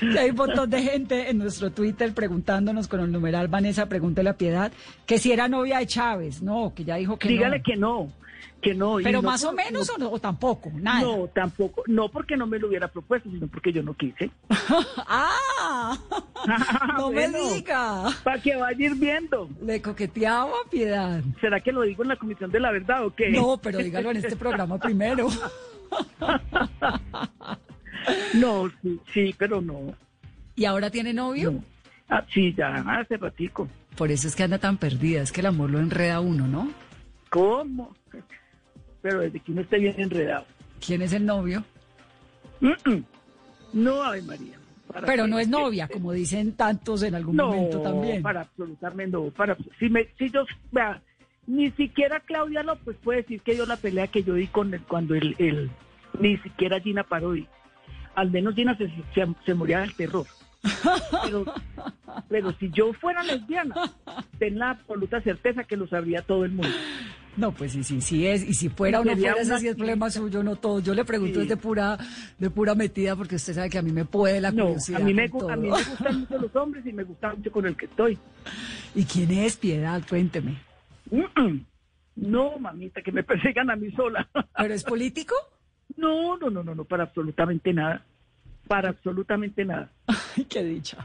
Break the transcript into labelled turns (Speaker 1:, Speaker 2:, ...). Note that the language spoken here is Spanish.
Speaker 1: Y hay un montón de gente en nuestro Twitter preguntándonos con el numeral Vanessa, pregúntele a Piedad, que si era novia de Chávez. No, que ya dijo que
Speaker 2: Dígale
Speaker 1: no.
Speaker 2: que no, que no. y
Speaker 1: Pero
Speaker 2: no
Speaker 1: más o
Speaker 2: por-
Speaker 1: menos o, no- o tampoco, nada.
Speaker 2: No, tampoco. No porque no me lo hubiera propuesto, sino porque yo no quise.
Speaker 1: ¡Ah! no me
Speaker 2: Bueno.
Speaker 1: diga.
Speaker 2: Para que vaya ir viendo.
Speaker 1: Le coqueteaba a Piedad.
Speaker 2: ¿Será que lo digo en la Comisión de la Verdad o qué?
Speaker 1: No, pero dígalo en este programa primero.
Speaker 2: No, sí, sí, pero no.
Speaker 1: ¿Y ahora tiene novio?
Speaker 2: No. Ah, sí, ya hace ratico.
Speaker 1: Por eso es que anda tan perdida, es que el amor lo enreda a uno, ¿no?
Speaker 2: ¿Cómo? Pero desde que uno esté bien enredado.
Speaker 1: ¿Quién es el novio?
Speaker 2: Mm, mm. No, Ave María. Para
Speaker 1: Pero
Speaker 2: qué?
Speaker 1: no es novia, como dicen tantos en algún momento también.
Speaker 2: para absolutamente no. Para, si, me, si yo, vea, ni siquiera Claudia López pues puede decir que yo la pelea que yo di con él cuando él, él- ni siquiera Gina Parodi. Al menos Gina se, se- se moría del terror. Pero, pero si yo fuera lesbiana, ten la absoluta certeza que lo sabría todo el mundo.
Speaker 1: No, pues sí, sí, sí es. Y si fuera o no
Speaker 2: Sería
Speaker 1: fuera, ese
Speaker 2: una
Speaker 1: sí es problema suyo, no todo. Yo le pregunto
Speaker 2: Sí.
Speaker 1: es de pura, de pura metida, porque usted sabe que a mí me puede la
Speaker 2: No,
Speaker 1: curiosidad.
Speaker 2: a mí, me,
Speaker 1: con
Speaker 2: gu- a
Speaker 1: todo.
Speaker 2: mí me gustan mucho los hombres y me gusta mucho con el que estoy.
Speaker 1: ¿Y quién es Piedad? Cuénteme.
Speaker 2: No, mamita, que me persigan a mí sola.
Speaker 1: ¿Pero es político?
Speaker 2: No, no, no, no, no, para absolutamente nada. Para absolutamente nada.
Speaker 1: Ay, qué dicha.